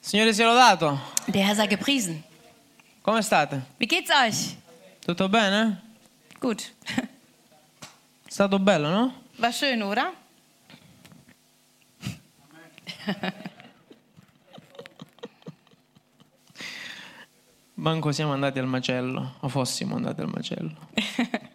Signore sia lodato. Der Herr sei gepriesen. Come state? Wie geht's euch? Tutto bene? Gut. È stato bello, no? War schön, oder? Manco siamo andati al macello, o fossimo andati al macello.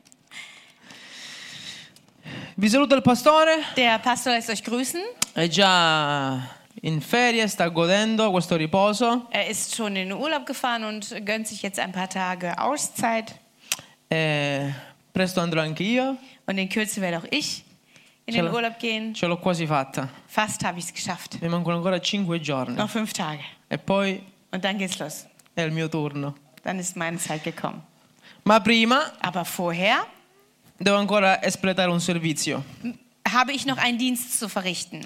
Vi saluta il pastore, Der Pastor lässt euch grüßen. è già in ferie, sta godendo questo riposo. Er ist schon in den Urlaub gefahren und gönnt sich jetzt ein paar Tage Auszeit. E presto andrò anch'io, Und in Kürze werde auch ich in den Ciao. Urlaub gehen. ce l'ho quasi fatta. Fast habe ich es geschafft. Mi mancano ancora 5 giorni Noch fünf Tage. e poi Und dann geht's los. è il mio turno. Dann ist meine Zeit gekommen. Ma prima Aber vorher devo ancora espletare un servizio. habe ich noch einen Dienst zu verrichten.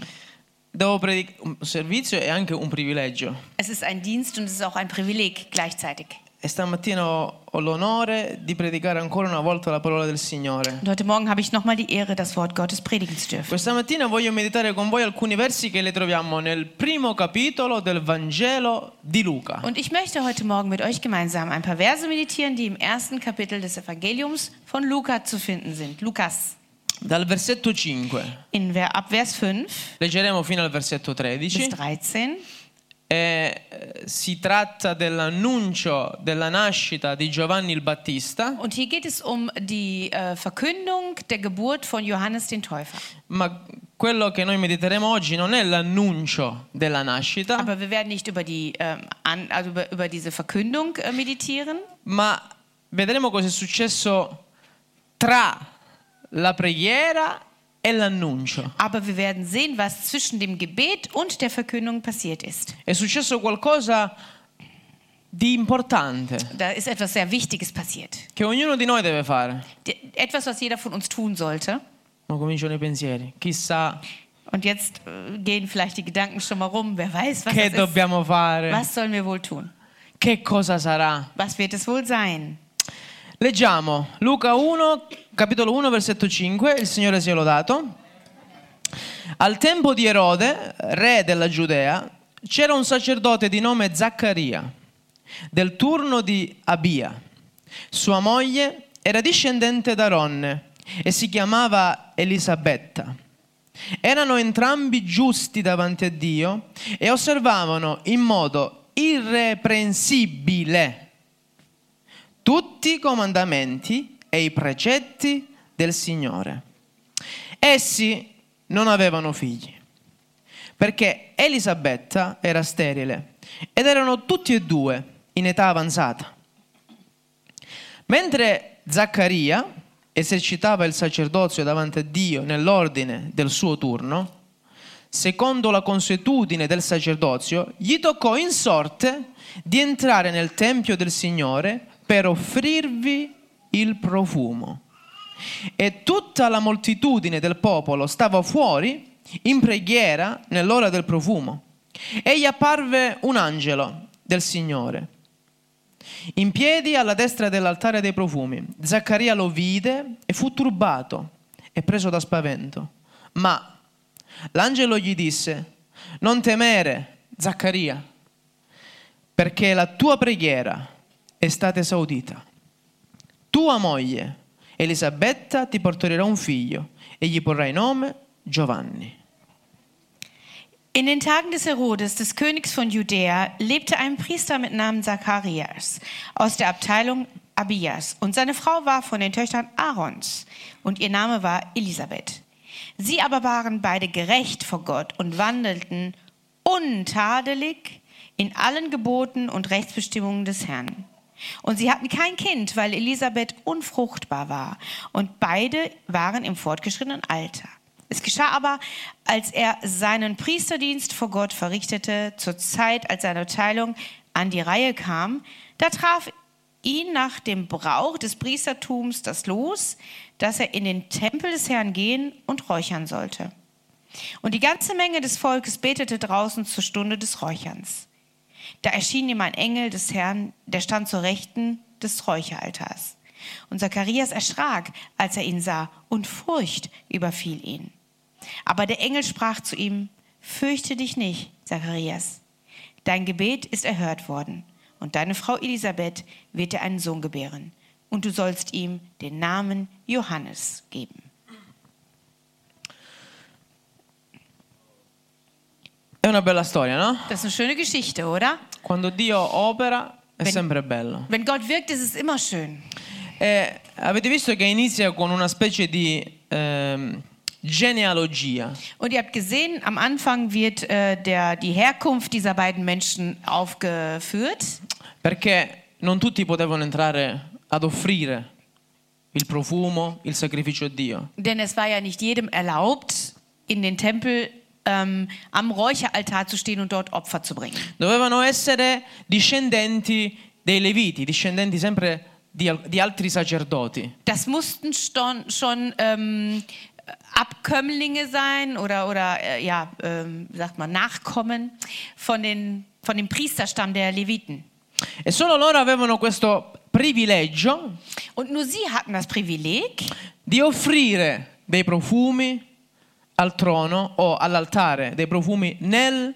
Devo predicare un servizio è anche un privilegio. Es ist ein Dienst und es ist auch ein Privileg gleichzeitig. E stamattina ho, ho l'onore di predicare ancora una volta la parola del Signore. Und heute Morgen habe ich nochmal die Ehre, das Wort Gottes predigen zu dürfen. Questa mattina voglio meditare con voi alcuni versi che le troviamo nel primo capitolo del Vangelo di Luca. Und ich möchte heute Morgen mit euch gemeinsam ein paar Verse meditieren, die im ersten Kapitel des Evangeliums von Luca zu finden sind. Lukas, Dal versetto 5 in Ver ab Vers 5 leggeremo fino al versetto bis 13 13. e eh, si tratta dell'annuncio della nascita di Giovanni il Battista, Und hier geht es um die äh, Verkündung der Geburt von Johannes den Täufer. ma quello che noi mediteremo oggi non è l'annuncio della nascita, Aber wir werden nicht über, die, ähm, an, also über, über diese Verkündung äh, meditieren, ma vedremo cosa è successo tra la preghiera e l'annuncio. aber wir werden sehen, was zwischen dem Gebet und der Verkündung passiert ist. È successo qualcosa di importante Da ist etwas sehr Wichtiges passiert. che ognuno di noi deve fare. Die- Etwas, was jeder von uns tun sollte. Ma cominciano i pensieri. Chissà Und jetzt äh, gehen vielleicht die Gedanken schon mal rum. Wer weiß, was che es ist. dobbiamo fare, Was sollen wir wohl tun? che cosa sarà. Was wird es wohl sein? Leggiamo Luca 1, capitolo 1, versetto 5, il Signore sia lodato. Al tempo di Erode, re della Giudea, c'era un sacerdote di nome Zaccaria, del turno di Abia. Sua moglie era discendente da Ronne e si chiamava Elisabetta. Erano entrambi giusti davanti a Dio e osservavano in modo irreprensibile tutti i comandamenti e i precetti del Signore. Essi non avevano figli, perché Elisabetta era sterile ed erano tutti e due in età avanzata. Mentre Zaccaria esercitava il sacerdozio davanti a Dio nell'ordine del suo turno, secondo la consuetudine del sacerdozio, gli toccò in sorte di entrare nel tempio del Signore per offrirvi il profumo. E tutta la moltitudine del popolo stava fuori in preghiera nell'ora del profumo. E gli apparve un angelo del Signore in piedi alla destra dell'altare dei profumi. Zaccaria lo vide e fu turbato e preso da spavento. Ma l'angelo gli disse, non temere, Zaccaria, perché la tua preghiera è stata esaudita. Tua moglie, Elisabetta, ti porterà un figlio e gli porrai nome Giovanni. In den Tagen des Herodes, des Königs von Judäa, lebte ein Priester mit Namen Zacharias aus der Abteilung Abias. Und seine Frau war von den Töchtern Aarons und ihr Name war Elisabeth. Sie aber waren beide gerecht vor Gott und wandelten untadelig in allen Geboten und Rechtsbestimmungen des Herrn. Und sie hatten kein Kind, weil Elisabeth unfruchtbar war. Und beide waren im fortgeschrittenen Alter. Es geschah aber, als er seinen Priesterdienst vor Gott verrichtete, zur Zeit, als seine Teilung an die Reihe kam, da traf ihn nach dem Brauch des Priestertums das Los, dass er in den Tempel des Herrn gehen und räuchern sollte. Und die ganze Menge des Volkes betete draußen zur Stunde des Räucherns. Da erschien ihm ein Engel des Herrn, der stand zur Rechten des Räucheraltars. Und Zacharias erschrak, als er ihn sah, und Furcht überfiel ihn. Aber der Engel sprach zu ihm, Fürchte dich nicht, Zacharias, Dein Gebet ist erhört worden. Und deine Frau Elisabeth wird dir einen Sohn gebären. Und du sollst ihm den Namen Johannes geben. È una bella storia, no? Das ist eine schöne Geschichte, oder? Quando Dio opera è Ben- sempre bello. Wenn Gott wirkt, ist es immer schön. E Eh, avete visto che inizia con una specie di ehm, genealogia. Und ihr habt gesehen, am Anfang wird äh, der, die Herkunft dieser beiden Menschen aufgeführt, Perché non tutti potevano entrare ad offrire il profumo, il sacrificio a Dio. denn es war ja nicht jedem erlaubt, in den Tempel ähm, am Räucheraltar zu stehen und dort Opfer zu bringen. Dovevano essere discendenti dei Leviti, discendenti sempre di, al- di altri sacerdoti. Das mussten schon, schon ähm, Abkömmlinge sein oder, oder äh, ja, ähm, sagt man, Nachkommen von, den, von dem Priesterstamm der Leviten. E solo loro avevano questo privilegio Und nur sie hatten das Privileg, di offrire dei profumi al trono o all'altare, dei profumi nel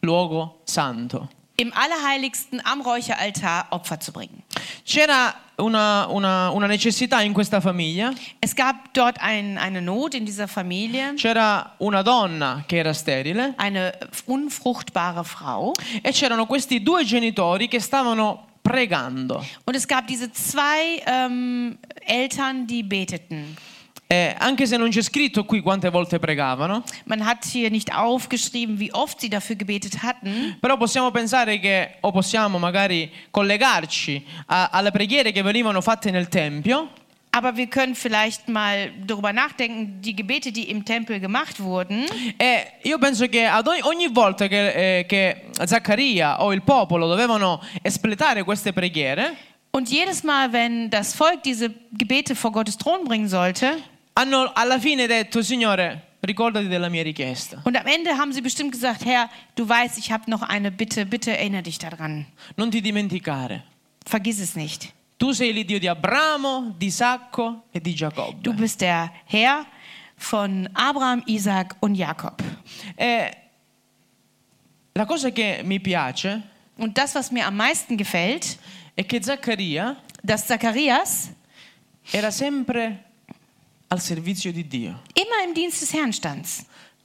luogo santo. im Allerheiligsten am Räucheraltar Opfer zu bringen. C'era una, una- una necessità in questa famiglia, Es gab dort ein, eine Not in dieser Familie, c'era una donna che era sterile eine unfruchtbare Frau. e c'erano questi due genitori che stavano pregando. Und es gab diese zwei ähm, Eltern, die beteten. E anche se non c'è scritto qui quante volte pregavano, Man hat hier nicht aufgeschrieben, wie oft sie dafür gebetet hatten. però possiamo pensare che, o possiamo magari collegarci a- alle preghiere che venivano fatte nel Tempio, Aber wir können vielleicht mal darüber nachdenken, die Gebete, die im Tempel gemacht wurden. E io penso che ad ogni, ogni volta che, eh, che Zaccaria o il popolo dovevano espletare queste preghiere, Und jedes Mal, wenn das Volk diese Gebete vor Gottes Thron bringen sollte, hanno alla fine detto, Signore, ricordati della mia richiesta, und am Ende haben sie bestimmt gesagt, Herr, du weißt, ich habe noch eine Bitte, bitte erinnere dich daran. non ti dimenticare. Vergiss es nicht. Tu sei il Dio di Abramo, di Isacco e di Giacobbe. Du bist der Herr von Abraham, Isaac und Jakob. E la cosa che mi piace Und das, was mir am meisten gefällt, è che Zaccaria dass Zacharias era sempre al servizio di Dio. immer im Dienst des Herrn stand.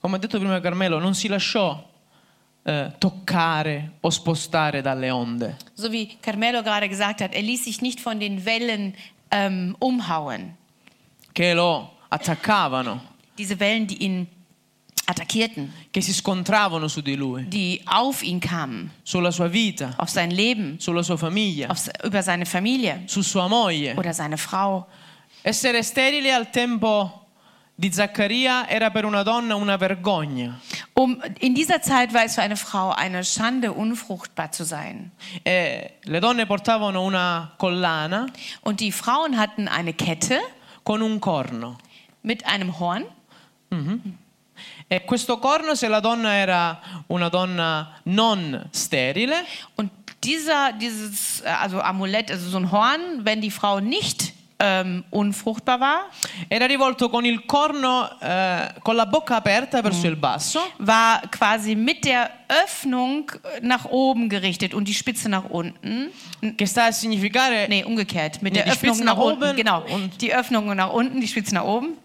Come ha detto prima Carmelo, non si lasciò eh, toccare o spostare dalle onde. So wie Carmelo gerade gesagt hat, er ließ sich nicht von den Wellen ähm, umhauen. che lo attaccavano, Diese Wellen, die ihn attackierten, che si scontravano su di lui, die auf ihn kamen, sulla sua vita, auf sein Leben, sulla sua famiglia, auf, über seine Familie su sua moglie. oder seine Frau. Essere sterile al tempo di Zaccaria era per una donna una vergogna. Um, in dieser Zeit war es für eine Frau eine Schande, unfruchtbar zu sein. E Eh, le donne portavano una collana Und die Frauen hatten eine Kette con un corno. mit einem Horn. E questo corno, se la donna era una donna non sterile, Und dieser, dieses, äh, also Amulett, also so ein Horn, wenn die Frau nicht ähm, unfruchtbar war, era rivolto con il corno, eh, con la bocca aperta verso il basso, war quasi mit der Öffnung äh, nach oben gerichtet und die Spitze nach unten. che sta a significare Nee, umgekehrt. Mit Nee, der die Öffnung Spitze nach, nach unten. oben genau. und- die Öffnung nach unten, die Spitze nach oben.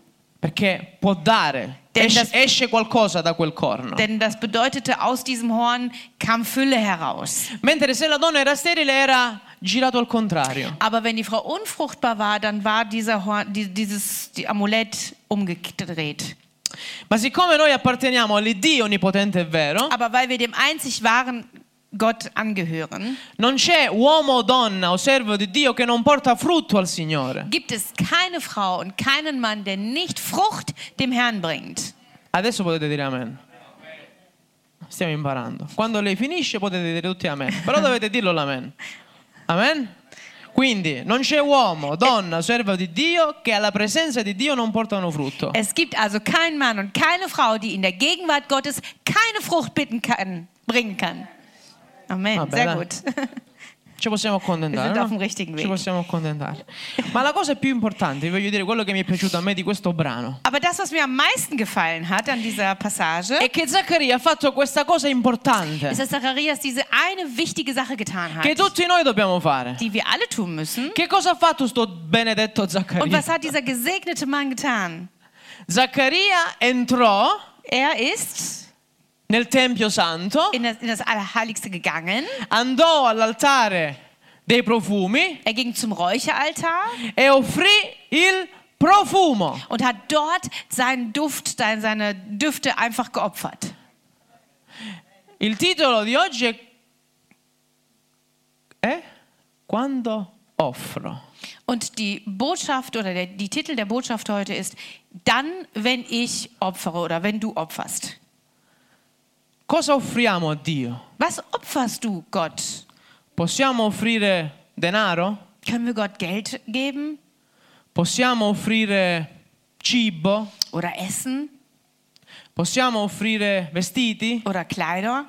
Perché può dare, Denn esce, das- esce qualcosa da quel corno. Denn das bedeutete, aus diesem Horn kam Fülle heraus. Mentre se la donna era sterile era girato al contrario. Aber wenn die Frau unfruchtbar war, dann war dieser Horn, die, dieses die Amulett umgedreht. Ma siccome noi apparteniamo all'Iddio onnipotente e vero, Aber weil wir dem einzig wahren Gott angehören, non c'è uomo o donna o servo di Dio che non porta frutto al Signore. gibt es keine Frau und keinen Mann, der nicht Frucht dem Herrn bringt. Adesso potete dire amen. Stiamo imparando. Quando lei finisce potete dire tutti amen. Però dovete dirlo l'amen. Amen? Quindi non c'è uomo, donna, servo di Dio che alla presenza di Dio non portano frutto. Es gibt also keinen Mann und keine Frau, die in der Gegenwart Gottes keine Frucht bitten kann, bringen kann. Amen. Ah, Sehr Bella. gut. Ci possiamo Wir accontentare. sind auf dem no? richtigen Ci Weg. possiamo accontentare. Ma la cosa più importante, vi voglio dire quello che mi è piaciuto a me di questo brano, Aber das, was mir am meisten gefallen hat an dieser Passage, è che Zaccaria ha fatto questa cosa ist, importante dass Zacharias diese eine wichtige Sache getan hat, che tutti noi dobbiamo fare. die wir alle tun müssen. Che cosa ha fatto sto benedetto Und Zaccaria? was hat dieser gesegnete Mann getan? Zaccaria entrò Er ist nel Tempio Santo, in das, in das Allerheiligste gegangen. andò all'altare dei profumi Er ging zum Räucheraltar e offrì il profumo. und hat dort seinen Duft, sein- seine Düfte einfach geopfert. Il titolo di oggi è... è Quando offro. Und die Botschaft oder der, die Titel der Botschaft heute ist, dann, wenn ich opfere oder wenn du opferst. Cosa offriamo a Dio? Was opferst du Gott? Possiamo offrire denaro? Können wir Gott Geld geben Possiamo offrire cibo? oder Essen Possiamo offrire vestiti? oder Kleider?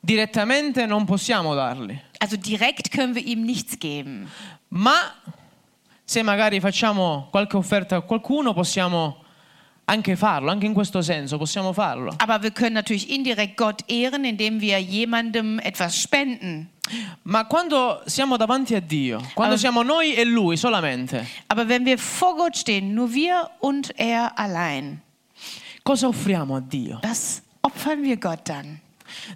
Direttamente non possiamo darli. Also direkt können wir ihm nichts geben. Ma se magari facciamo qualche offerta a qualcuno, possiamo anche farlo, anche in questo senso possiamo farlo. Aber wir können natürlich indirekt Gott ehren, indem wir jemandem etwas spenden. Ma quando siamo davanti a Dio, quando Ah. siamo noi e Lui solamente, Aber wenn wir vor Gott stehen, nur wir und er allein, cosa offriamo a Dio? was opfern wir Gott dann?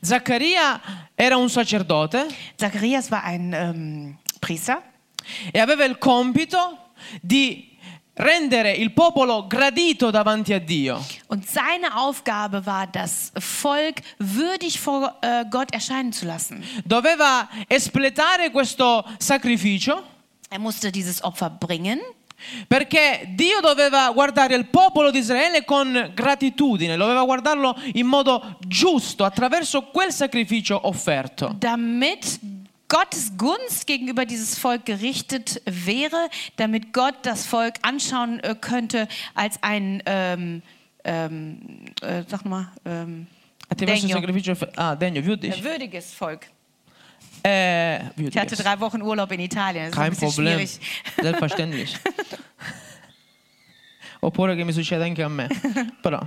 Zaccaria era un sacerdote Zacharias war ein ähm, Priester e aveva il compito di rendere il popolo gradito davanti a Dio. und seine Aufgabe war, das Volk würdig vor äh, Gott erscheinen zu lassen. Doveva espletare questo sacrificio Er musste dieses Opfer bringen, Perché Dio doveva guardare il popolo di Israele con gratitudine, doveva guardarlo in modo giusto attraverso quel sacrificio offerto. damit Gottes Gunst gegenüber dieses Volk gerichtet wäre, damit Gott das Volk anschauen äh, könnte als ein, ähm, ähm, äh, sag mal, ähm, Attraverso il Degno. Certo. sacrificio offerto. Ah, degno, più dici? würdiges Volk. Eh, più Ich hatte dici. drei Wochen Urlaub in Italien. Das Kein ist ein bisschen Problem. schwierig. Selbstverständlich. Oppure che mi succeda anche a me, però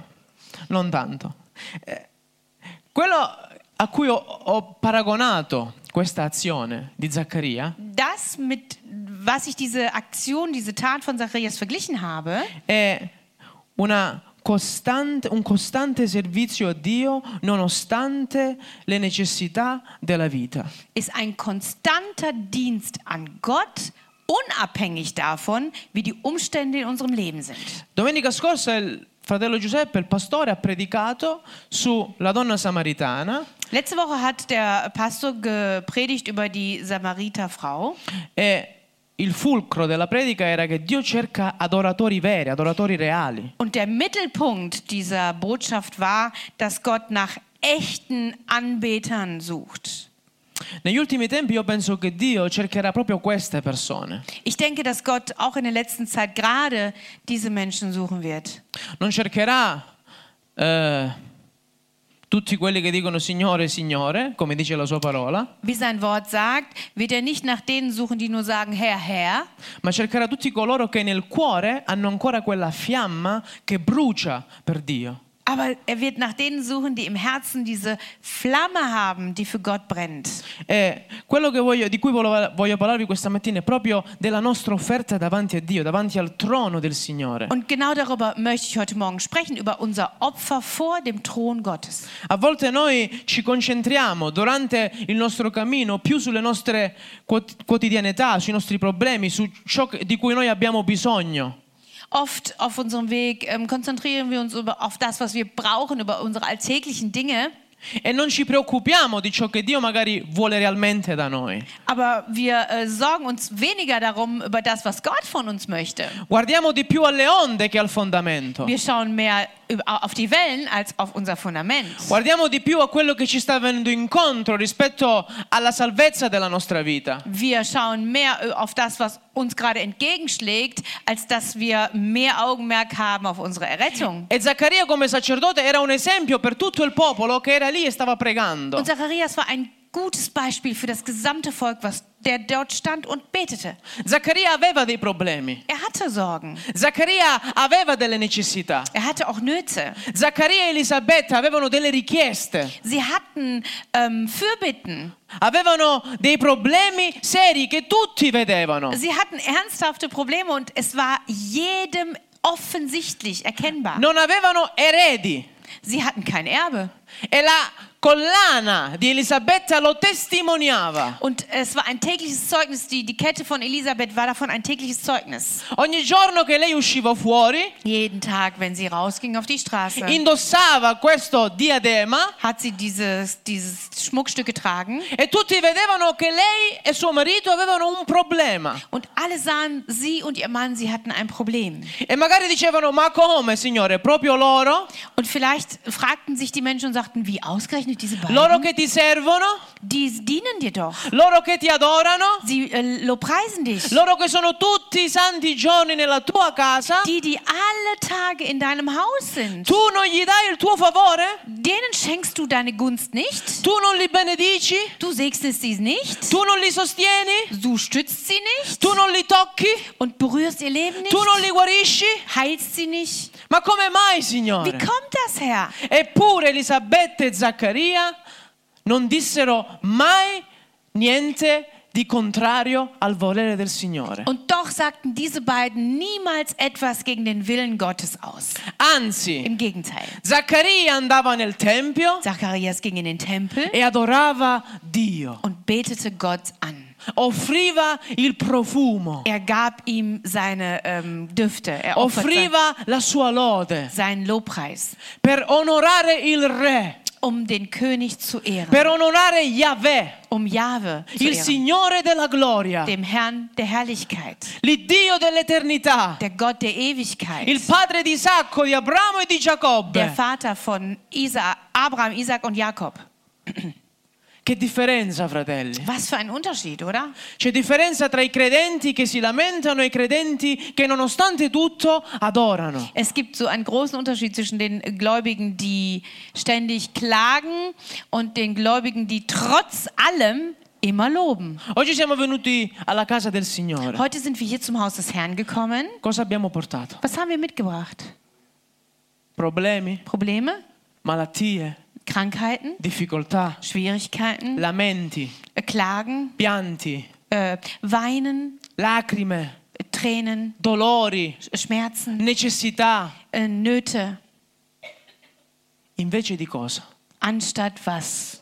non tanto. Eh, quello a cui ho- ho paragonato questa azione di Zaccaria Das, mit was ich diese Aktion, diese Tat von Zacharias verglichen habe, è una costante- un costante servizio a Dio nonostante le necessità della vita. ist ein konstanter Dienst an Gott, unabhängig davon, wie die Umstände in unserem Leben sind. Domenica scorsa il fratello Giuseppe, il pastore, ha predicato sulla donna samaritana Letzte Woche hat der Pastor gepredigt über die Samariterfrau. e il fulcro della predica era che Dio cerca adoratori veri, adoratori reali. Und der Mittelpunkt dieser Botschaft war, dass Gott nach echten Anbetern sucht. Negli ultimi tempi io penso che Dio cercherà proprio queste persone. Ich denke, dass Gott auch in der letzten Zeit gerade diese Menschen suchen wird. Non cercherà eh, tutti quelli che dicono Signore, Signore, come dice la sua parola. Wie sein Wort sagt, wird er nicht nach denen suchen, die nur sagen, Herr, Herr, ma cercherà tutti coloro che nel cuore hanno ancora quella fiamma che brucia per Dio. aber er wird nach denen suchen, die im Herzen diese Flamme haben, die für Gott brennt. E quello che voglio- di cui volevo- voglio parlarvi questa mattina è proprio della nostra offerta davanti a Dio, davanti al trono del Signore. Und genau darüber möchte ich heute Morgen sprechen, über unser Opfer vor dem Thron Gottes. A volte noi ci concentriamo durante il nostro cammino più sulle nostre quot- quotidianità, sui nostri problemi, su ciò che- di cui noi abbiamo bisogno. Oft auf unserem Weg ähm, konzentrieren wir uns über, auf das, was wir brauchen, über unsere alltäglichen Dinge. E non ci preoccupiamo di ciò che Dio magari vuole realmente da noi. Aber wir äh, sorgen uns weniger darum, über das, was Gott von uns möchte. Guardiamo di più alle onde che al fondamento. Wir schauen mehr über- auf die Wellen als auf unser Fundament. Guardiamo di più a quello che ci sta venendo incontro rispetto alla salvezza della nostra vita. Wir schauen mehr äh, auf das, was uns gerade entgegenschlägt, als dass wir mehr Augenmerk haben auf unsere Errettung. E Zaccaria come sacerdote era un esempio per tutto il popolo che era lì e stava pregando. Und Zacharias war ein gutes Beispiel für das gesamte Volk, was der dort stand und betete. Zaccaria aveva dei problemi, Er hatte Sorgen. Zaccaria aveva delle necessità, Er hatte auch Nöte. Zaccaria e Elisabetta avevano delle richieste, Sie hatten ähm, Fürbitten. avevano dei problemi seri che tutti vedevano. Sie hatten ernsthafte Probleme und es war jedem offensichtlich erkennbar. Non avevano eredi Sie hatten kein Erbe. e la collana di Elisabetta lo testimoniava. Und es war ein tägliches Zeugnis. Die, die Kette von Elisabeth war davon ein tägliches Zeugnis. Ogni giorno che lei usciva fuori Jeden Tag, wenn sie rausging auf die Straße, indossava questo diadema hat sie dieses, dieses Schmuckstück getragen. e tutti vedevano che lei e suo marito avevano un problema. Und alle sahen sie und ihr Mann, sie hatten ein Problem. E magari dicevano, ma come signore, proprio loro? Und vielleicht fragten sich die Menschen und sagten, wie ausgerechnet diese beiden? Loro che ti servono? Die dienen dir doch. Loro che ti adorano? Sie äh, lobpreisen dich. Loro che sono tutti i santi giorni nella tua casa? die, die alle Tage in deinem Haus sind, Tu non gli dai il tuo favore? denen schenkst du deine Gunst nicht. Tu non li benedici? Du segnest sie nicht. Tu non li sostieni? Du stützt sie nicht Tu non li tocchi? und berührst ihr Leben nicht. Tu non li guarisci? Heilst sie nicht. Ma come mai, Wie signore? kommt das her? Eppure Elisabetta e Zaccaria non dissero mai niente di contrario al volere del Signore. Und doch sagten diese beiden niemals etwas gegen den Willen Gottes aus. Anzi, Im Gegenteil. Zaccaria andava nel tempio Zacharias ging in den Tempel e adorava Dio, und betete Gott an. offriva il profumo, Er gab ihm seine ähm, Düfte. Er opferte offriva la sua lode seinen Lobpreis, per onorare il re, um den König zu ehren, per onorare Yahweh, um Jahwe zu il ehren. Signore della gloria, dem Herrn der Herrlichkeit, l'Iddio dell'eternità, der Gott der Ewigkeit, il padre di Isacco, di Abramo e di der Giacobbe. Vater von Isa Abraham, Isaac und Jakob. Che differenza, fratelli? Was für ein Unterschied, oder? C'è differenza tra i credenti che si lamentano e i credenti che nonostante tutto adorano. Es gibt so einen großen Unterschied zwischen den Gläubigen, die ständig klagen und den Gläubigen, die trotz allem immer loben. Oggi siamo venuti alla casa del Signore. Heute sind wir hier zum Haus des Herrn gekommen. Cosa abbiamo portato? Was haben wir mitgebracht? Problemi, Probleme, malattie, Krankheiten, difficoltà, Schwierigkeiten, lamenti, äh, Klagen, pianti, äh, Weinen, lacrime, äh, Tränen, dolori, Sch- Schmerzen, necessità. äh, Nöte. Invece di cosa? Anstatt was?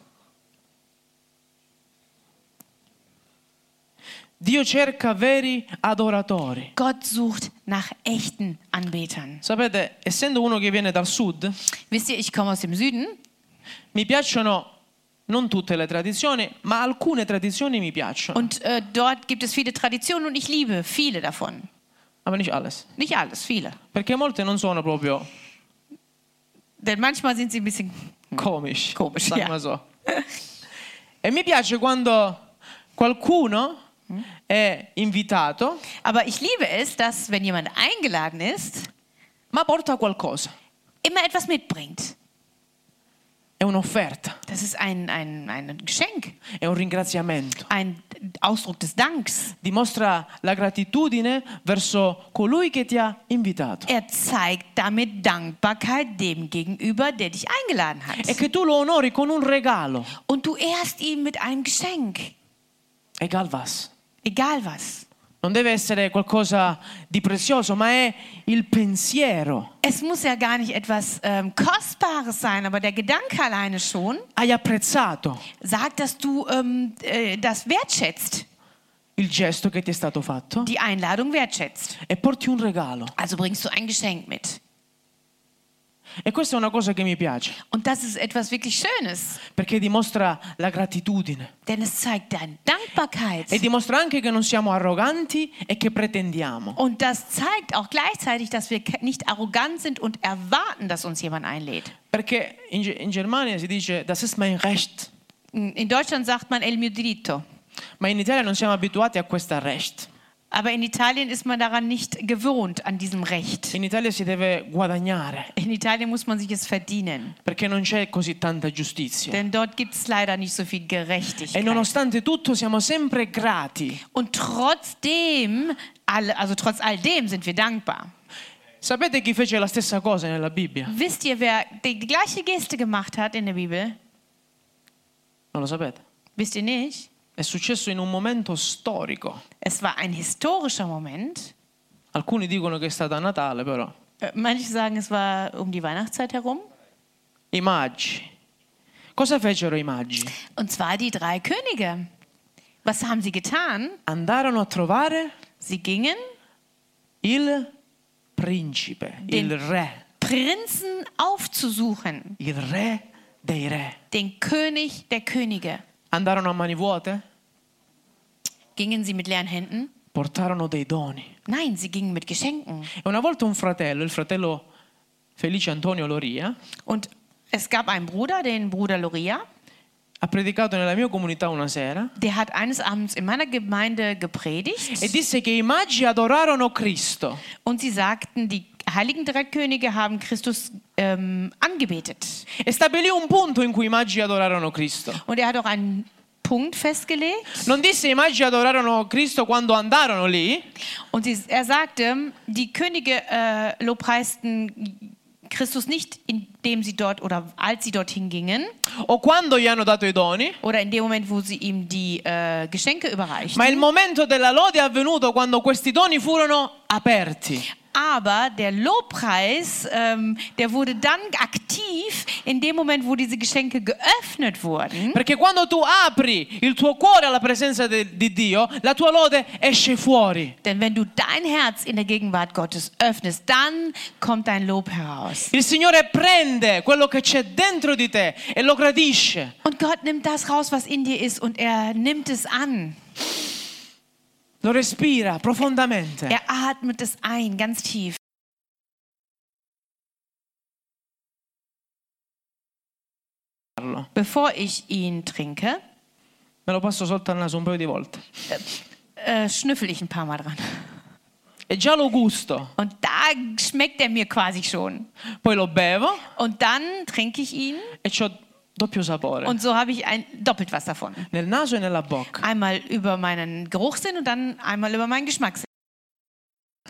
Dio cerca veri adoratori. Gott sucht nach echten Anbetern. Sapete, essendo uno che viene dal sud, Wisst ihr, ich komme aus dem Süden mi piacciono non tutte le tradizioni, ma alcune tradizioni mi piacciono. und äh, dort gibt es viele Traditionen und ich liebe viele davon. Ma nicht alles, Nicht alles, viele. perché molte non sono proprio Denn manchmal sind sie ein bisschen. comici. Comici, sai eh. come so. E mi piace quando qualcuno Mm. è invitato Aber ich liebe es, dass, wenn jemand eingeladen ist, ma porta qualcosa. immer etwas mitbringt. È un'offerta, Das ist ein, ein, ein Geschenk, è un ringraziamento. ein Ausdruck des Danks. Dimostra la gratitudine verso colui che ti ha invitato. Er zeigt damit Dankbarkeit dem gegenüber, der dich eingeladen E hat. che tu lo onori con un regalo. Und du ehrst ihn mit einem Geschenk. Egal was. Egal was. Non deve essere qualcosa di prezioso, ma è il pensiero. Es muss ja gar nicht etwas ähm, Kostbares sein, aber der Gedanke alleine schon Hai apprezzato sagt, dass du ähm, äh, das wertschätzt, il gesto che ti è stato fatto die Einladung wertschätzt. e porti un regalo. Also bringst du ein Geschenk mit. E questa è una cosa che mi piace, Und das ist etwas wirklich Schönes, perché dimostra la gratitudine denn es zeigt deine Dankbarkeit. e dimostra anche che non siamo arroganti e che pretendiamo. Und das zeigt auch gleichzeitig, dass wir ke- nicht arrogant sind und erwarten, dass uns jemand einlädt. Perché in, Ge- in Germania si dice das ist mein Recht, In Deutschland sagt man el mio diritto. ma in Italia non siamo abituati a questa Recht. Aber in Italien ist man daran nicht gewohnt, an diesem Recht. In Italia si deve guadagnare In Italien muss man sich es verdienen, perché non c'è così tanta giustizia. denn dort gibt es leider nicht so viel E Gerechtigkeit. nonostante tutto siamo sempre grati. Und trotzdem, alle, also trotz all dem sind wir dankbar. Sapete chi fece la stessa cosa nella Bibbia? Wisst ihr, wer die, die gleiche Geste gemacht hat in der Bibel? Non lo sapete? Wisst ihr nicht? È successo in un momento storico. Es war ein historischer Moment. Alcuni dicono che è stato a Natale, però. Äh, Manche sagen, es war um die Weihnachtszeit herum. I magi. Cosa fecero i magi? Und zwar die drei Könige. Was haben sie getan? Andarono a trovare Sie gingen il principe, il re, Prinzen aufzusuchen, il re dei re. den König der Könige. Andarono a mani vuote, Gingen sie mit leeren Händen? portarono dei doni. Nein, sie gingen mit Geschenken. E una volta un fratello, il fratello Felice Antonio Loria, Und es gab einen Bruder, den Bruder Loria, ha predicato nella mia comunità una sera der hat eines Abends in meiner Gemeinde gepredigt e disse che i magi adorarono Cristo. und sie sagten, die heiligen drei Könige haben Christus ähm, angebetet. E stabilì un punto in cui i magi adorarono Cristo. Und er hat auch einen Punkt festgelegt Non disse i magi adorarono Cristo quando andarono lì, und sie, er sagte, die Könige äh, lobpreisten Christus nicht, indem sie dort oder als sie dorthin gingen o quando gli hanno dato i doni, oder in dem Moment, wo sie ihm die äh, Geschenke überreichten. ma il momento della lode è avvenuto quando questi doni furono aperti. Aber der Lobpreis, ähm, der wurde dann aktiv in dem Moment, wo diese Geschenke geöffnet wurden. Perché quando tu apri il tuo cuore alla presenza de- di Dio, la tua lode esce fuori. Denn wenn du dein Herz in der Gegenwart Gottes öffnest, dann kommt dein Lob heraus. Il Signore prende quello che c'è dentro di te e lo gradisce. Und Gott nimmt das raus, was in dir ist, und er nimmt es an. Lo respira profondamente. Er atmet es ein, ganz tief. Bevor ich ihn trinke, Me lo passo sotto al naso un paio di volte. äh, schnüffel ich ein paar Mal dran. E già lo gusto. Und da schmeckt er mir quasi schon. Poi lo bevo Und dann trinke ich ihn e ho doppio sapore. und so habe ich ein, doppelt was davon. Nel naso e nella bocca. Einmal über meinen Geruchssinn und dann einmal über meinen Geschmackssinn.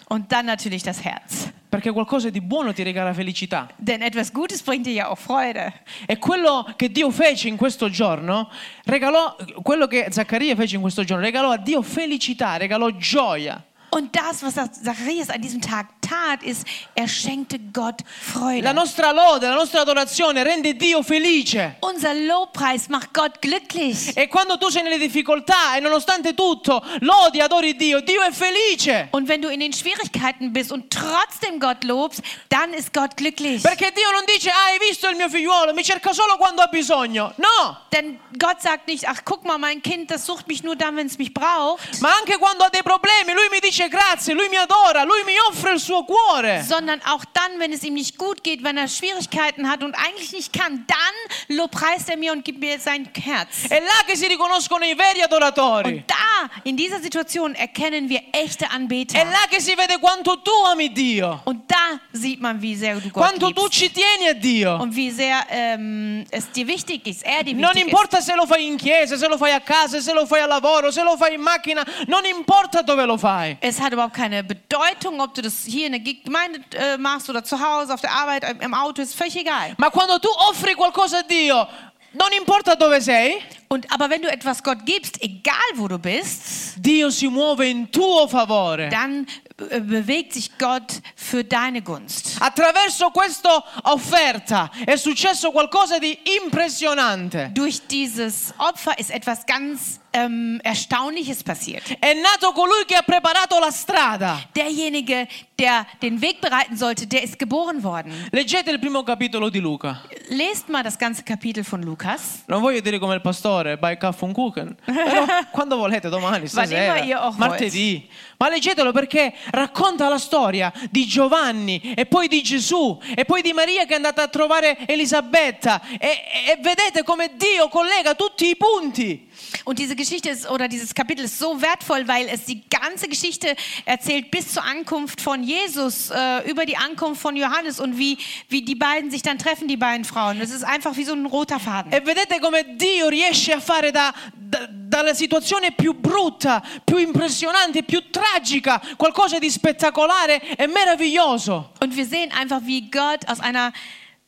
Und dann natürlich das Herz. Perché qualcosa di buono ti regala felicità. Denn etwas Gutes bringt dir ja auch Freude. E quello che Dio fece in questo giorno, regalò, quello che Zaccaria fece in questo giorno, regalò a Dio felicità, regalò gioia. Und das, was Zacharias an diesem Tag tat, ist, er schenkte Gott La Freude. nostra lode, la nostra adorazione rende Dio felice. Unser Lobpreis macht Gott glücklich. E quando tu sei nelle difficoltà e nonostante tutto lodi, adori Dio, Dio è felice. Und wenn du in den Schwierigkeiten bist und trotzdem Gott lobst, dann ist Gott glücklich. Perché Dio non dice, "Ah, hai visto il mio figliuolo, mi cerca solo quando ha bisogno. No, Denn Gott sagt nicht, ach guck mal, mein Kind, das sucht mich nur dann, wenn es mich braucht, ma anche quando ha dei problemi, lui mi dice grazie, lui mi adora, lui mi offre il suo cuore. sondern auch dann, wenn es ihm nicht gut geht, wenn er Schwierigkeiten hat und eigentlich nicht kann, dann lobpreist er mir und gibt mir sein Herz. È là che si riconoscono i veri adoratori. Und da, in dieser Situation, erkennen wir echte È Anbeter. là che si vede quanto tu ami Dio, Und da sieht man, wie sehr du Gott quanto tu liebst ci tieni a Dio. und wie sehr ähm, es dir wichtig ist, er dir Non wichtig ist. importa se lo fai in chiesa, se lo fai a casa, se lo fai al lavoro, se lo fai in macchina, non importa dove lo fai. Es hat überhaupt keine Bedeutung, ob du das hier in der Gemeinde äh, machst oder zu Hause, auf der Arbeit, äh, im- im Auto, ist völlig egal. Ma quando tu offri qualcosa a Dio, non importa dove sei, Und aber wenn du etwas Gott gibst, egal wo du bist, Dio si muove in tuo favore. dann äh, bewegt sich Gott für deine Gunst. Attraverso questa offerta è successo qualcosa di impressionante. Durch dieses Opfer ist etwas ganz ähm, Erstaunliches passiert. È nato colui che ha preparato la strada. Derjenige, der den Weg bereiten sollte, der ist geboren worden. Leggete il primo capitolo di Luca. Lest mal das ganze Kapitel von Lukas. Non voglio dire come il pastore, by Kaffee and Kuchen, però quando volete, domani, Vanilla io stasera, ho martedì. Ma leggetelo perché racconta la storia di Giovanni e poi di Gesù e poi di Maria che è andata a trovare Elisabetta e, e- e vedete come Dio collega tutti i punti. Und diese Geschichte ist, oder dieses Kapitel ist so wertvoll, weil es die ganze Geschichte erzählt bis zur Ankunft von Jesus, äh, über die Ankunft von Johannes und wie, wie die beiden sich dann treffen, die beiden Frauen. Es ist einfach wie so ein roter Faden. E vedete come Dio riesce a fare da- da- dalla situazione più brutta, più impressionante, più tragica, qualcosa di spettacolare e meraviglioso. Und wir sehen einfach, wie Gott aus einer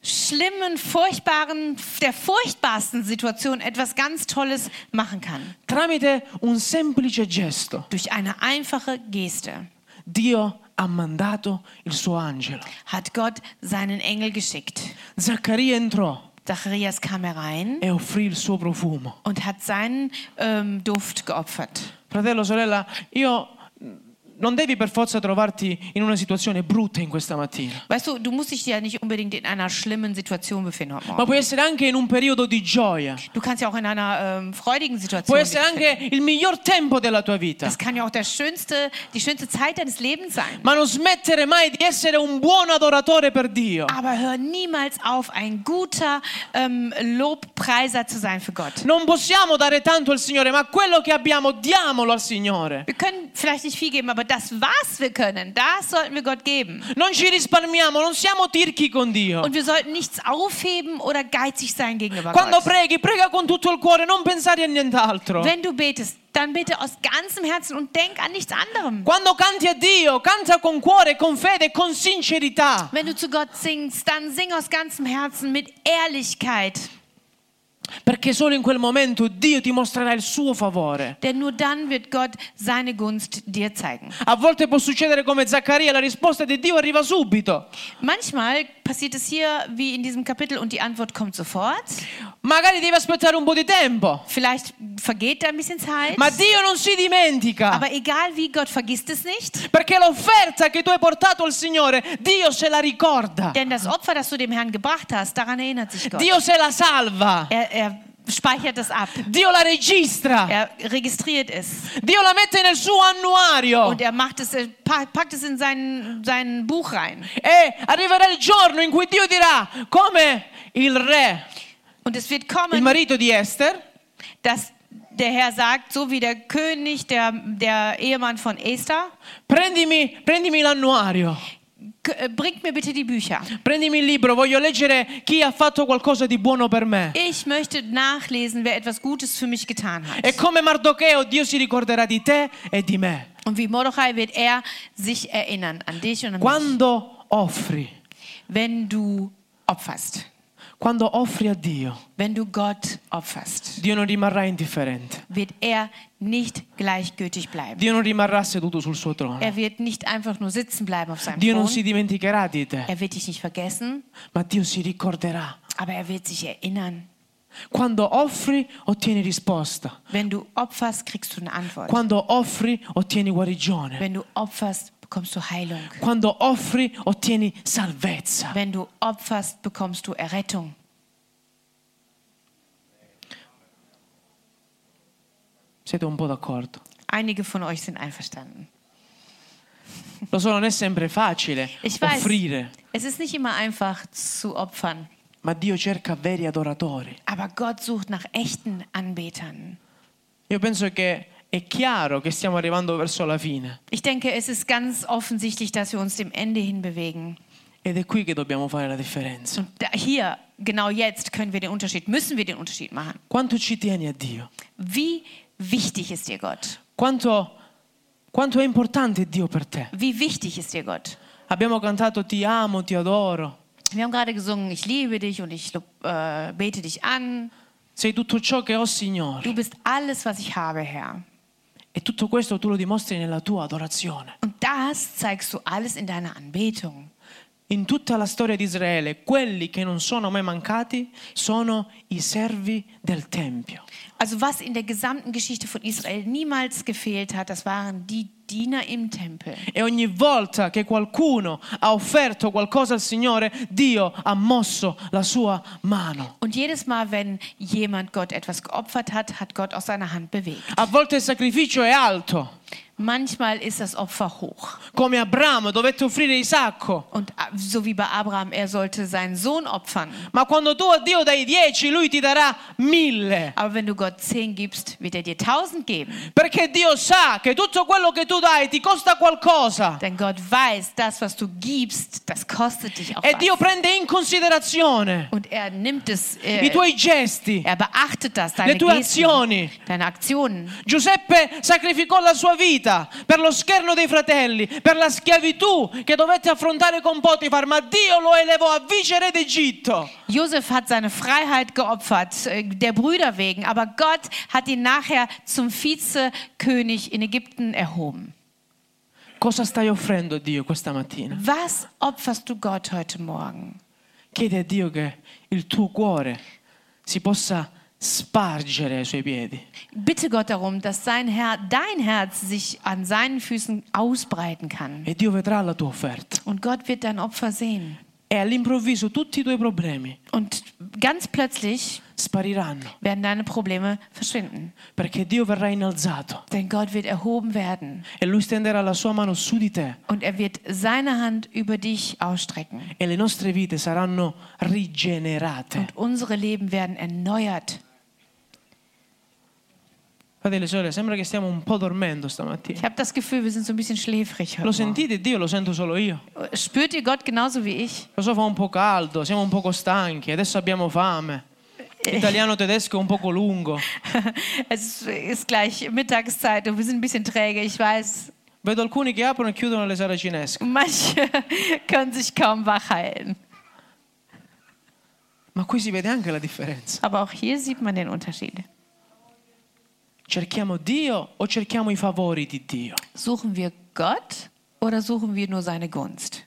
schlimmen, furchtbaren, der furchtbarsten Situation etwas ganz Tolles machen kann. Tramite un semplice gesto, Durch eine einfache Geste Dio ha mandato il suo angelo. hat Gott seinen Engel geschickt. Zaccaria entrò Zacharias kam herein e offrì il suo profumo. und hat seinen ähm, Duft geopfert. Fratello, sorella, io mm, non devi per forza trovarti in una situazione brutta in questa mattina, Weißt du, du musst dich ja nicht unbedingt in einer schlimmen Situation befinden heute ma Morgen. puoi essere anche in un periodo di gioia. Du kannst ja auch in einer ähm, freudigen Situation Può essere sein. anche il miglior tempo della tua vita. Das kann ja auch der schönste, die schönste Zeit deines Lebens sein. ma non smettere mai di essere un buon adoratore per Dio. Aber hör niemals auf, ein guter ähm, Lobpreiser zu sein für Gott. Non possiamo dare tanto al Signore, ma quello che abbiamo diamolo al Signore. Wir können vielleicht nicht viel geben, aber das, was wir können, das sollten wir Gott geben. Non ci risparmiamo, non siamo tirchi con Dio. Und wir sollten nichts aufheben oder geizig sein gegenüber Quando Gott. preghi, prega con tutto il cuore, non pensare a nient'altro. Wenn du betest, dann bete aus ganzem Herzen und denk an nichts anderem. Quando canti a Dio, canta con cuore, con fede, con sincerità. Wenn du zu Gott singst, dann sing aus ganzem Herzen mit Ehrlichkeit. Perché solo in quel momento Dio ti mostrerà il suo favore. Denn nur dann wird Gott seine Gunst dir zeigen. A volte può succedere come Zaccaria, la risposta di Dio arriva subito. Manchmal passiert es hier wie in diesem Kapitel und die Antwort kommt sofort. Magari devi aspettare un po' di tempo. Vielleicht vergeht da ein bisschen Zeit. Ma Dio non si dimentica. Aber egal wie, Gott vergisst es nicht. Perché l'offerta che tu hai portato al Signore, Dio se la ricorda. Denn das Opfer, das du dem Herrn gebracht hast, daran erinnert sich Gott. Dio se la salva. Er, er speichert das ab. Dio la registra. Er registriert es. Dio la mette nel suo annuario. Und er macht es, er pa- packt es in sein, sein Buch rein. E arriverà il giorno in cui Dio dirà, come il re, Und es wird il kommen, marito di Esther, dass der Herr sagt, so wie der König, der, der Ehemann von Esther, prendimi, prendimi l'annuario, "K- äh, bringt mir bitte die Bücher. prendimi il libro, voglio leggere chi ha fatto qualcosa di buono per me. Ich möchte nachlesen, wer etwas Gutes für mich getan hat. E come Mardocheo Dio si ricorderà di te e di me. Und wie Mordechai wird er sich erinnern an dich und an mich, Quando offri, wenn du opferst. quando offri a Dio, Wenn du Gott opferst, Dio non rimarrà indifferente. wird er nicht gleichgültig bleiben. Dio non rimarrà seduto sul suo trono. Er wird nicht einfach nur sitzen bleiben auf seinem Dio non si Thron. dimenticherà di te, Er wird dich nicht vergessen, ma Dio si ricorderà. aber er wird sich erinnern. Quando offri ottieni risposta, Wenn du opferst, kriegst du eine Antwort. quando offri ottieni guarigione, Wenn du opferst, bekommst du Heilung. quando offri ottieni salvezza. Wenn du opferst, bekommst du Errettung. Siete un po' d'accordo? Einige von euch sind einverstanden. Lo so, non è sempre facile Ich weiß, offrire, es ist nicht immer einfach zu opfern, ma Dio cerca veri adoratori. aber Gott sucht nach echten Anbetern. Io penso che è chiaro che stiamo arrivando verso la fine Ich denke, es ist ganz offensichtlich, dass wir uns dem Ende hin bewegen. ed è qui che dobbiamo fare la differenza. Und da, hier, genau jetzt, können wir den Unterschied, müssen wir den Unterschied machen. Quanto ci tieni a Dio? Wie wichtig ist dir Gott? Quanto, quanto è importante Dio per te? Wie wichtig ist dir Gott? Abbiamo cantato Ti amo, ti adoro. Wir haben gerade gesungen, ich liebe dich und ich lob, äh, bete dich an. Sei tutto ciò che ho, Signore. Du bist alles, was ich habe, Herr. E tutto questo tu lo dimostri nella tua adorazione. Und das zeigst du alles in deiner Anbetung. In tutta la storia di Israele, quelli che non sono mai mancati sono i servi del Tempio. Also was in der gesamten Geschichte von Israel niemals gefehlt hat, das waren die Diener im Tempel. E ogni volta che qualcuno ha offerto qualcosa al Signore, Dio ha mosso la sua mano. Und jedes Mal, wenn jemand Gott etwas geopfert hat, hat Gott aus seiner Hand bewegt. A volte il sacrificio è alto, Manchmal ist das Opfer hoch. Come Abramo dovette offrire Isacco. Und a- so wie bei Abraham, er sollte seinen Sohn opfern. Ma quando tu a Dio dai dieci, lui ti darà mille. Aber wenn du Gott zehn gibst, wird er dir tausend geben. Perché Dio sa che tutto quello che tu dai ti costa qualcosa. Denn Gott weiß, das, was du gibst, das kostet dich auch E was. Dio prende in considerazione Und er nimmt es, i äh, tuoi gesti, er beachtet das, le deine tue Gesten, azioni. deine Aktionen. Giuseppe sacrificò la sua vita per lo scherno dei fratelli, per la schiavitù che dovette affrontare con Potifar, ma Dio lo elevò a viceré d'Egitto. Josef hat seine Freiheit geopfert, äh, der Brüder wegen, aber Gott hat ihn nachher zum Vizekönig in Ägypten erhoben. Cosa stai offrendo a Dio questa mattina? Was opferst du Gott heute Morgen? Chiedi a Dio che il tuo cuore si possa spargere ai suoi piedi. Bitte Gott darum, dass sein Herr, dein Herz sich an seinen Füßen ausbreiten kann. E Dio vedrà la tua offerta. Und Gott wird dein Opfer sehen. E all'improvviso tutti i tuoi problemi Und ganz plötzlich spariranno. werden deine Probleme verschwinden. Perché Dio verrà innalzato. Denn Gott wird erhoben werden. E Lui stenderà la sua mano su di te. Und er wird seine Hand über dich ausstrecken. E le nostre vite saranno rigenerate. Und unsere Leben werden erneuert. Fratelli e sorelle, sembra che stiamo un po' dormendo stamattina. Ich habe das Gefühl, wir sind so ein bisschen schläfrig Lo heute. Morgen. sentite Dio? Lo sento solo io. Spürt ihr Gott genauso wie ich? Lo so fa un po' caldo, siamo un poco stanchi, adesso abbiamo fame. L'italiano tedesco è un poco lungo. Es ist gleich Mittagszeit und wir sind ein bisschen träge, ich weiß. Vedo alcuni che aprono e chiudono le saracinesche. Manche können sich kaum wach halten. Ma qui si vede anche la differenza. Aber auch hier sieht man den Unterschied. Cerchiamo Dio o cerchiamo i favori di Dio? Suchen wir Gott oder suchen wir nur seine Gunst?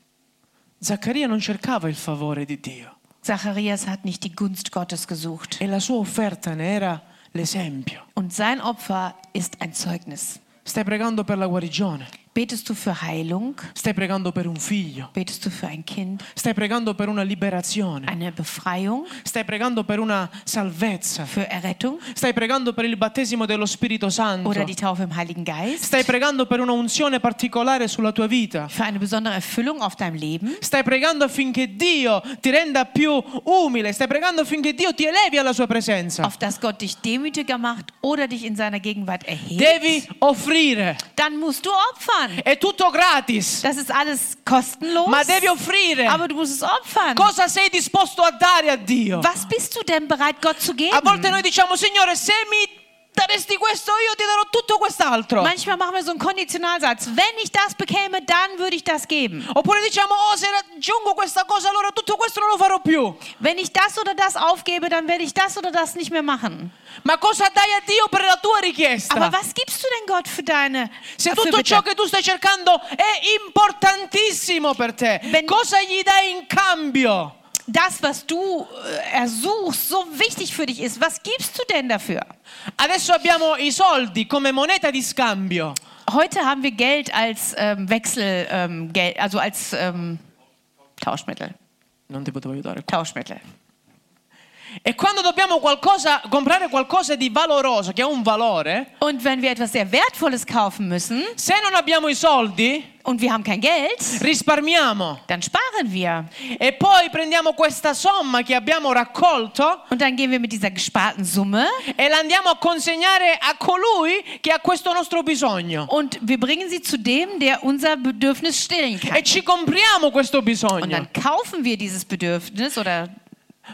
Zaccaria non cercava il favore di Dio Zacharias hat nicht die Gunst Gottes gesucht. e la sua offerta ne era l'esempio. Und sein Opfer ist ein Zeugnis. Stai pregando per la guarigione, Betest du für Heilung? stai pregando per un figlio, Betest du für ein Kind? stai pregando per una liberazione, Eine Befreiung? stai pregando per una salvezza, Für Errettung? stai pregando per il battesimo dello Spirito Santo, Oder die Taufe im Heiligen Geist? stai pregando per una unzione particolare sulla tua vita. Für eine besondere Erfüllung auf deinem Leben? Stai pregando affinché Dio ti renda più umile, stai pregando affinché Dio ti elevi alla sua presenza. Auf das Gott dich demütiger macht oder dich in seiner Gegenwart erhebt? Devi offrire, Dann musst du opfern. è tutto gratis, Das ist alles kostenlos. ma devi offrire. Aber du musst es opfern. Cosa sei disposto a dare a Dio? Was bist du denn bereit, Gott zu geben? A volte noi diciamo, Signore, se mi daresti questo, io ti darò tutto quest'altro. Manchmal machen wir so einen Konditionalsatz. Wenn ich das bekäme, dann würde ich das geben. Oppure diciamo, oh, se raggiungo questa cosa, allora tutto questo non lo farò più. Wenn ich das oder das aufgebe, dann werde ich das oder das nicht mehr machen. Ma cosa dai a Dio per la tua richiesta? Aber was gibst du denn Gott für deine Se für tutto ciò bitte? che tu stai cercando è importantissimo per te, Ben- cosa gli dai in cambio? Das, was du äh, ersuchst, so wichtig für dich ist, was gibst du denn dafür? Adesso abbiamo i soldi come moneta di scambio. Heute haben wir Geld als ähm, Wechsel, ähm, Geld, also als ähm, Tauschmittel. Non ti potevo aiutare. Tauschmittel. E quando dobbiamo qualcosa, comprare qualcosa di valoroso, che ha un valore, Und wenn wir etwas sehr Wertvolles kaufen müssen se non abbiamo i soldi, und wir haben kein Geld, risparmiamo dann sparen wir. e poi prendiamo questa somma che abbiamo raccolto Und dann gehen wir mit dieser gesparten Summe e la andiamo a consegnare a colui che ha questo nostro bisogno. und wir bringen sie zu dem, der unser Bedürfnis stillen kann. E ci compriamo questo Und bisogno. dann kaufen wir dieses Bedürfnis oder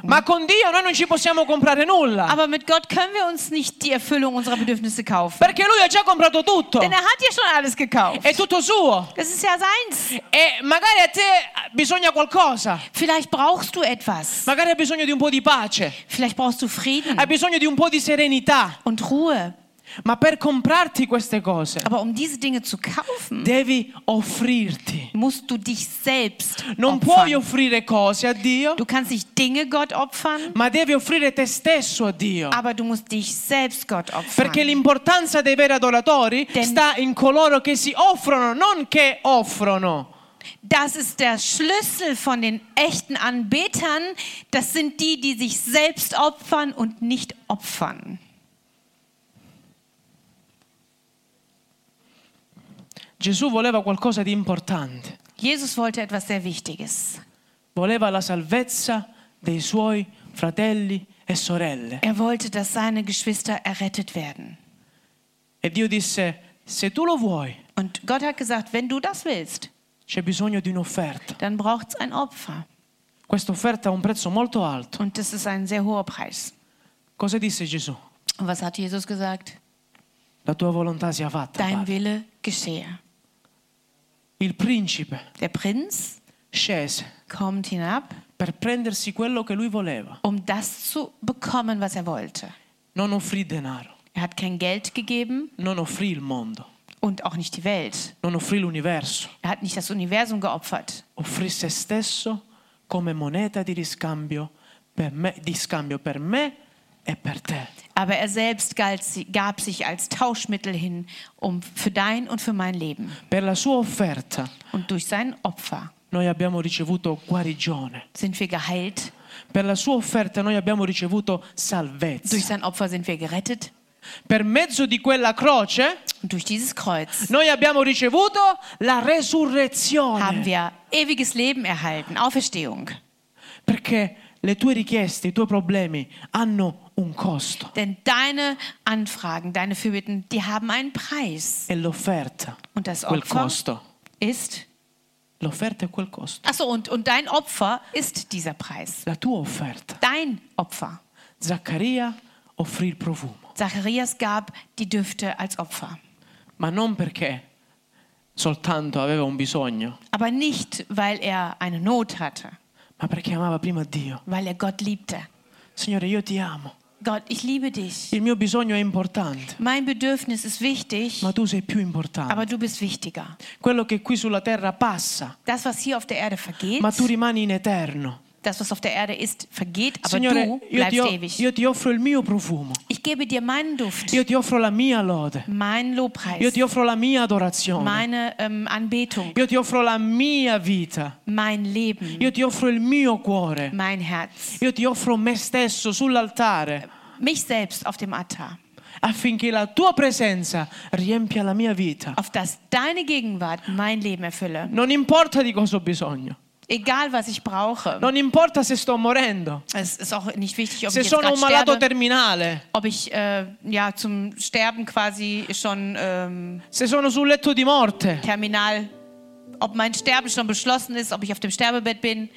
Ma con Dio noi non ci possiamo comprare nulla. aber mit Gott können wir uns nicht die Erfüllung unserer Bedürfnisse kaufen. Perché Lui ha già comprato tutto. Denn er hat ja schon alles gekauft. È tutto suo. Das ist ja seins. E magari a te bisogna qualcosa. Vielleicht brauchst du etwas. Magari hai bisogno di un po' di pace. Vielleicht brauchst du Frieden Hai bisogno di un po' di serenità. und Ruhe. Ma per comprarti queste cose Aber um diese Dinge zu kaufen, devi offrirti. musst du dich selbst Non puoi opfern. offrire cose a Dio, Du kannst nicht Dinge Gott opfern, ma devi offrire te stesso a Dio. aber du musst dich selbst Gott Perché opfern. l'importanza dei veri adoratori Ten- sta in coloro che si offrono, non che offrono. Das ist der Schlüssel von den echten Anbetern. Das sind die, die sich selbst opfern und nicht opfern. Gesù voleva qualcosa di importante, Jesus wollte etwas sehr Wichtiges. voleva la salvezza dei suoi fratelli e sorelle. Er wollte, dass seine Geschwister errettet werden. E Dio disse, se tu lo vuoi, Und Gott hat gesagt, wenn du das willst, c'è bisogno di un'offerta. dann braucht es ein Opfer. Questa offerta ha un prezzo molto alto. Und das ist ein sehr hoher Preis. Cosa disse Gesù? Und was hat Jesus gesagt? La tua volontà sia fatta. Dein Padre. Wille geschehe. Il principe Der Prinz scese kommt hinab, per prendersi quello che lui voleva. um das zu bekommen, was er wollte. Non offrì denaro, Er hat kein Geld gegeben non offrì il mondo, und auch nicht die Welt. non offrì l'universo, Er hat nicht das Universum geopfert. offrì se stesso come moneta di riscambio per me, di scambio per me e per te. Aber er selbst galt, sie- gab sich als Tauschmittel hin, um für dein und für mein Leben. Per la sua offerta Und durch sein Opfer noi abbiamo ricevuto guarigione, sind wir geheilt. per la sua offerta noi abbiamo ricevuto Durch salvezza. sein Opfer sind wir gerettet. Per mezzo di quella croce Und durch dieses Kreuz noi abbiamo ricevuto la haben resurrezione. wir ewiges Leben erhalten, Auferstehung. Perché le tue richieste, i tuoi problemi hanno un costo Denn deine Anfragen, deine Fürbitten, die haben einen Preis. e l'offerta, Und das quel Opfer costo. ist, L'offerta è quel costo. achso, und, und dein Opfer ist dieser Preis. La tua offerta. Dein Opfer. Zaccaria offrì il profumo, Zacharias gab die Düfte als Opfer. ma non perché soltanto aveva un bisogno, Aber nicht, weil er eine Not hatte, ma perché amava prima Dio. weil er Gott liebte. Signore, io ti amo. Gott, ich liebe dich. Il mio bisogno è importante, Mein Bedürfnis ist wichtig, ma tu sei più importante. aber du bist wichtiger. Quello che qui sulla terra passa, Das, was hier auf der Erde vergeht, ma tu rimani in eterno. das, was auf der Erde ist, vergeht, aber Signore, du io ti, bleibst o- ewig. io ti offro il mio profumo, Ich gebe dir meinen Duft, io ti offro la mia lode, meinen io Lobpreis, ti offro la mia adorazione, meine ähm, Anbetung, io ti offro la mia vita, mein Leben, io ti offro il mio cuore, mein Herz, io ti offro me stesso sull'altare mich selbst auf dem Altar, affinché la tua presenza riempia la mia vita. auf dass deine Gegenwart mein Leben erfülle. Non importa di cosa ho bisogno, Egal, was ich brauche. non importa se sto morendo, Es ist auch nicht wichtig, ob se ich jetzt sono grad un um malato sterbe, terminale, ob ich äh, ja zum Sterben quasi schon ähm, se sono sul letto di morte. terminal, ob mein Sterben schon beschlossen ist, ob ich auf dem Sterbebett bin.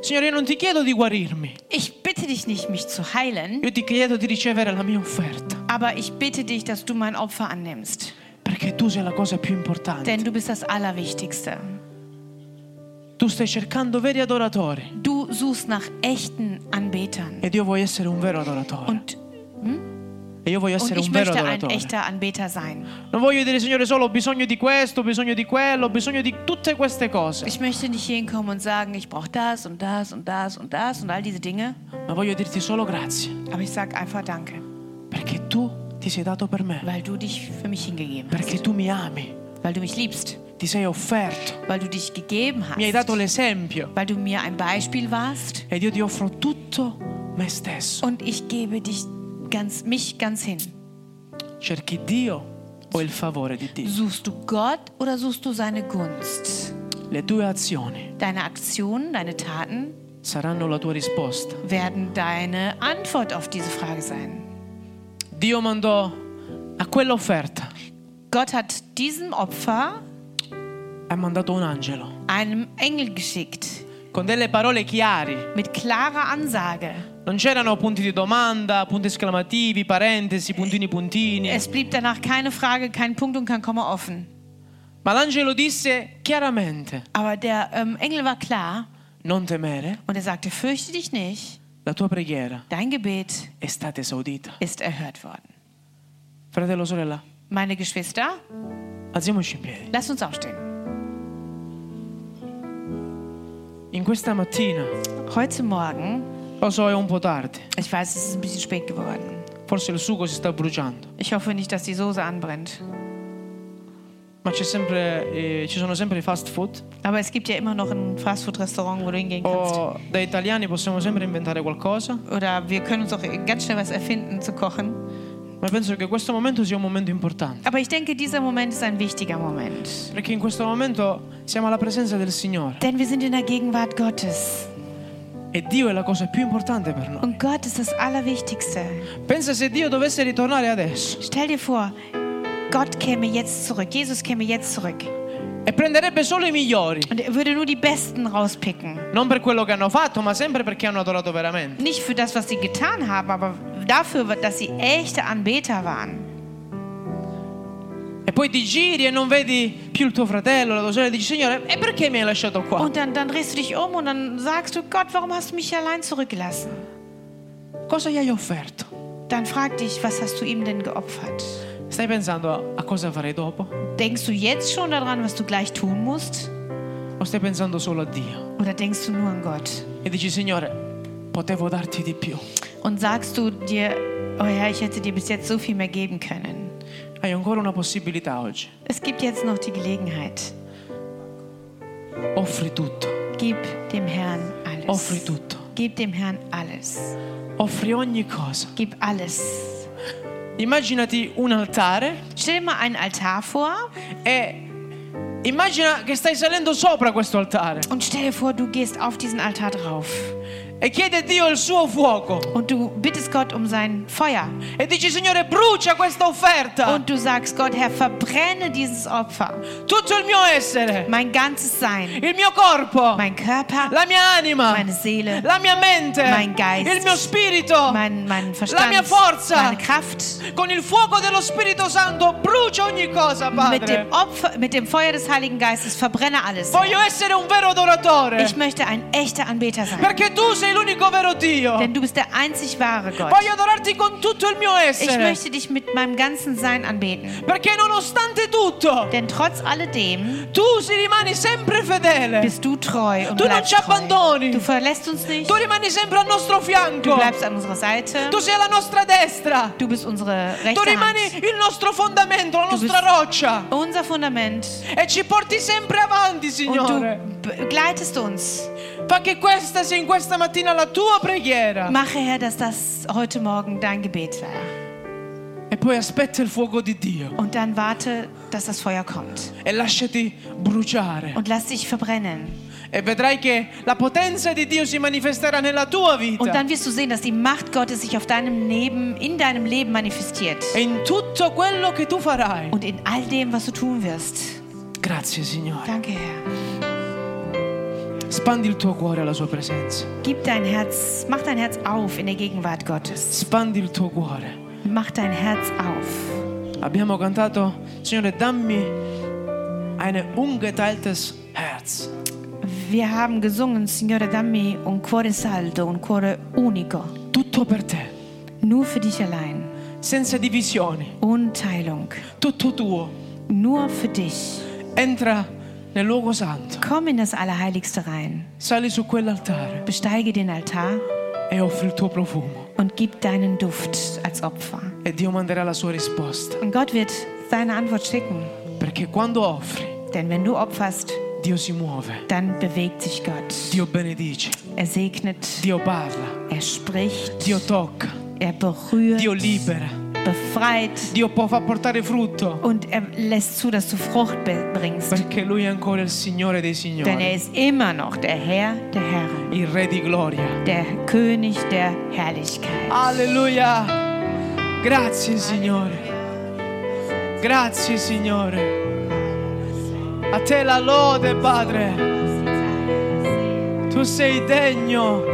Signore, io non ti chiedo di guarirmi, Ich bitte dich nicht, mich zu heilen, io ti chiedo di ricevere la mia offerta, aber ich bitte dich, dass du mein Opfer annimmst, perché tu sei la cosa più importante. denn du bist das Allerwichtigste. Tu stai cercando veri adoratori Du suchst nach echten Anbetern ed io voglio essere un vero adoratore. und, e io voglio und essere ich un vero möchte ein adoratore. echter Anbeter sein. Non voglio dire, Signore, solo ho bisogno di questo, ho bisogno di quello, ho bisogno di tutte queste cose. Ich möchte nicht hinkommen und sagen, ich brauche das und das und das und das und all diese Dinge, Ma voglio dirti solo grazie, aber ich sage einfach Danke. perché tu ti sei dato per me, Weil du dich für mich hingegeben hast. perché tu mi ami, Weil du mich liebst. ti sei offerto, Weil du dich gegeben hast. mi hai dato l'esempio Weil du mir ein Beispiel warst. ed io ti offro tutto me stesso. Und ich gebe dich ganz, mich ganz hin. Cerchi Dio o il favore di Dio. Suchst du Gott oder suchst du seine Gunst? Le tue azioni Deine Aktionen, deine Taten saranno la tua risposta. werden deine Antwort auf diese Frage sein. Dio mandò a quell'offerta, Gott hat diesem Opfer ha mandato un angelo. einem Engel geschickt. con delle parole chiare. Mit klarer Ansage. Non c'erano punti di domanda, punti esclamativi, parentesi, puntini puntini. Es blieb danach keine Frage, kein Punkt und kein Komma offen. Ma l'angelo disse chiaramente, Aber der ähm, Engel war klar non temere, und er sagte, fürchte dich nicht. la tua preghiera Dein Gebet è stata esaudita. ist erhört worden. Fratello, sorella, Meine Geschwister, alziamoci in piedi. lasst uns aufstehen. In questa mattina, Heute Morgen, lo so è un po' tardi, ich weiß, es ist ein bisschen spät geworden. forse il sugo si sta bruciando, Ich hoffe nicht, dass die Soße anbrennt. ma c'è sempre, eh, ci sono sempre i fast food. Aber es gibt ja immer noch ein Fastfood-Restaurant, wo du hingehen kannst. O da italiani possiamo sempre inventare qualcosa. Oder wir können uns auch ganz schnell was erfinden zu kochen. Ma penso che questo momento sia un momento importante, Aber ich denke, dieser Moment ist ein wichtiger Moment. perché in questo momento siamo alla presenza del Signore Denn wir sind in der Gegenwart Gottes. e Dio è la cosa più importante per noi. Und Gott ist das Allerwichtigste. Pensa se Dio dovesse ritornare adesso Stell dir vor, Gott käme jetzt zurück. Jesus käme jetzt zurück. e prenderebbe solo i migliori, Und er würde nur die Besten rauspicken. non per quello che hanno fatto, ma sempre perché hanno adorato veramente. Nicht für das, was sie getan haben, aber dafür, dass sie echte Anbeter waren. E poi ti giri e non vedi più il tuo fratello, la tua sorella e dici Signore, e perché mi hai lasciato qua? Und dann, dann drehst du dich um und dann sagst du, Gott, warum hast du mich hier allein zurückgelassen? Cosa gli hai offerto? Dann frag dich, was hast du ihm denn geopfert? Stai pensando a cosa farei dopo? Denkst du jetzt schon daran, was du gleich tun musst? O stai pensando solo a Dio? Oder denkst du nur an Gott? E dici Signore, potevo darti di più. Und sagst du dir, oh ja, ich hätte dir bis jetzt so viel mehr geben können. Hai ancora una possibilità oggi. Es gibt jetzt noch die Gelegenheit. Offri tutto, Gib dem Herrn alles. offri tutto, Gib dem Herrn alles. offri ogni cosa. Gib alles. Immaginati un altare Stell dir mal einen Altar vor e immagina che stai salendo sopra questo altare und stell dir vor, du gehst auf diesen Altar drauf. e chiedi a Dio il suo fuoco Und du bittest Gott um sein Feuer. e dici Signore brucia questa offerta, Und du sagst Gott, Herr, verbrenne dieses Opfer. tutto il mio essere, Mein ganzes Sein, il mio corpo, mein Körper, la mia anima, meine Seele, la mia mente, Mein Geist. il mio spirito. mein, mein La Verstand, mia forza. meine Kraft. Con il fuoco dello Spirito Santo brucia ogni cosa, Mit Padre. dem, Opfer, mit dem Feuer des Heiligen Geistes verbrenne alles. Voglio essere un vero adoratore. Ich möchte ein echter Anbeter sein. Perché tu sei l'unico vero Dio. Denn du bist der einzig wahre Gott. Voglio adorarti con tutto il mio Ich essere. möchte dich mit meinem ganzen Sein anbeten. Perché nonostante tutto, Denn trotz alledem tu si rimani sempre fedele. bist du treu und Du non bleibst ci abbandoni. treu. Du verlässt uns nicht. Tu rimani sempre al nostro Du fianco. bleibst an unserer Seite. Tu sei alla nostra destra. Du bist unsere Tu rechte rimani Hand. il nostro fondamento, la nostra roccia. Unser Fundament. E ci porti sempre avanti, Und Signore. du begleitest uns. Fa che questa sia in questa mattina la tua preghiera. Mache, Herr, dass das heute Morgen dein Gebet war. E poi aspetta il fuoco di Dio. Und dann warte, dass das Feuer kommt. E lasciati bruciare. Und lass dich verbrennen. E vedrai che la potenza di Dio si manifesterà nella tua Und vita dann wirst du sehen, dass die Macht Gottes sich auf deinem Leben, in deinem Leben manifestiert. e in tutto quello che tu farai. Und in all dem, was du tun wirst. Grazie Signore. Danke, Herr. Spandi il tuo cuore alla sua presenza. Gib dein Herz, mach dein Herz auf in der Gegenwart Gottes. Spandi il tuo cuore. Mach dein Herz auf. Abbiamo cantato, Signore, dammi eine ungeteiltes Herz. Wir haben gesungen, Signore Dammi, un cuore saldo, un cuore unico. Tutto per te, Nur für dich allein, senza divisioni, ohne Teilung. tutto tuo. Nur für dich. Entra nel luogo santo, Komm in das Allerheiligste rein. sali su quell'altare Besteige den Altar. e offri il tuo profumo und gib deinen Duft als Opfer. e Dio manderà la sua risposta. Und Gott wird seine Antwort schicken, Perché quando offri, denn wenn du opferst, Dio si muove. dann bewegt sich Gott. Dio benedice, Er segnet, Dio parla, er spricht, Dio tocca, er berührt, Dio libera, befreit Dio può far portare frutto und er lässt zu, dass du Frucht be- bringst. perché Lui è ancora il Signore dei Denn Signori, er ist immer noch der Herr der Herren, il Re di gloria. der König der Herrlichkeit. Alleluia! Grazie Signore, grazie Signore. A te la lode Padre, tu sei degno,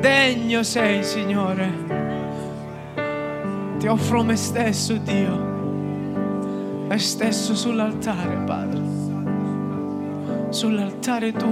degno sei Signore. Ti offro me stesso Dio. me stesso sull'altare, Padre. Sull'altare tuo.